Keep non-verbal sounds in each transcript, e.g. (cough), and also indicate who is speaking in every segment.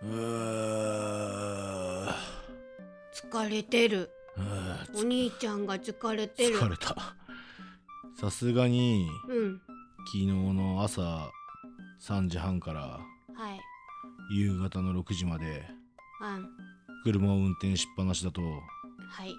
Speaker 1: た
Speaker 2: うー
Speaker 1: 疲れてる
Speaker 2: うー
Speaker 1: お兄ちゃんが疲れてる
Speaker 2: 疲れたさすがに
Speaker 1: うん
Speaker 2: 昨日の朝3時半から
Speaker 1: はい
Speaker 2: 夕方の6時まで
Speaker 1: あん
Speaker 2: 車を運転しっぱなしだと
Speaker 1: はい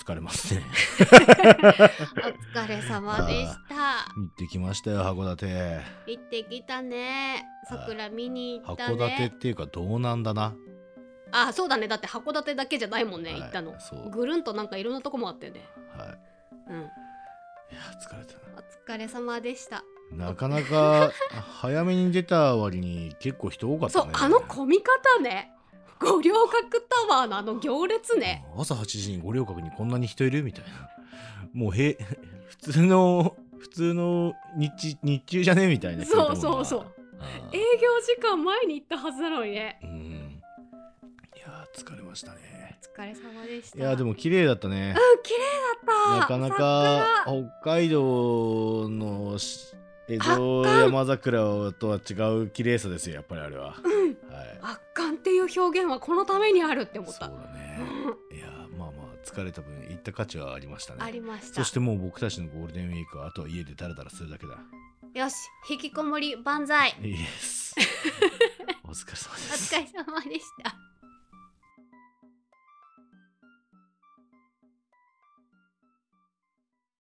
Speaker 2: 疲れます (laughs) ね
Speaker 1: お疲れ様でした
Speaker 2: 行ってきましたよ函館
Speaker 1: 行ってきたね桜見に行ったね
Speaker 2: 函館っていうか道南だな
Speaker 1: あそうだねだって函館だけじゃないもんね、
Speaker 2: はい
Speaker 1: 行ったの
Speaker 2: そう
Speaker 1: ぐるんとなんかいろんなとこもあってね
Speaker 2: は
Speaker 1: うん
Speaker 2: いいや疲れた
Speaker 1: お疲れ様でした
Speaker 2: ななかなか早めに出た割に結構人多かっ
Speaker 1: そ
Speaker 2: た
Speaker 1: う
Speaker 2: ね
Speaker 1: あの混み方ね五稜郭タワーのあの行列ね
Speaker 2: うん朝8時に五稜郭にこんなに人いるみたいなもうへ (laughs) 普通の普通の日日中じゃねみたいな人いたもん
Speaker 1: そう
Speaker 2: な
Speaker 1: そうそう
Speaker 2: あ
Speaker 1: 営
Speaker 2: ー
Speaker 1: 業時間前に行ったはずなのにね
Speaker 2: うんいやー疲れましたね
Speaker 1: お疲れ様でした
Speaker 2: いやーで
Speaker 1: うん
Speaker 2: も綺麗だったね
Speaker 1: 綺麗だ
Speaker 2: な
Speaker 1: った
Speaker 2: かなか北
Speaker 1: 桜
Speaker 2: 海道のし江戸山桜とは違う綺麗さですよやっぱりあれは、
Speaker 1: うん
Speaker 2: はい
Speaker 1: 圧巻っていう表現はこのためにあるって思っ
Speaker 2: そ
Speaker 1: た
Speaker 2: うだねいやーまあまあ疲れた分行った価値はありましたね
Speaker 1: ありました
Speaker 2: そしてもう僕たちのゴールデンウィークはあとは家でダラダラするだけだ
Speaker 1: よし引きこもり万歳 (laughs)
Speaker 2: イエスお疲れ様
Speaker 1: お
Speaker 2: です
Speaker 1: 疲れ様でした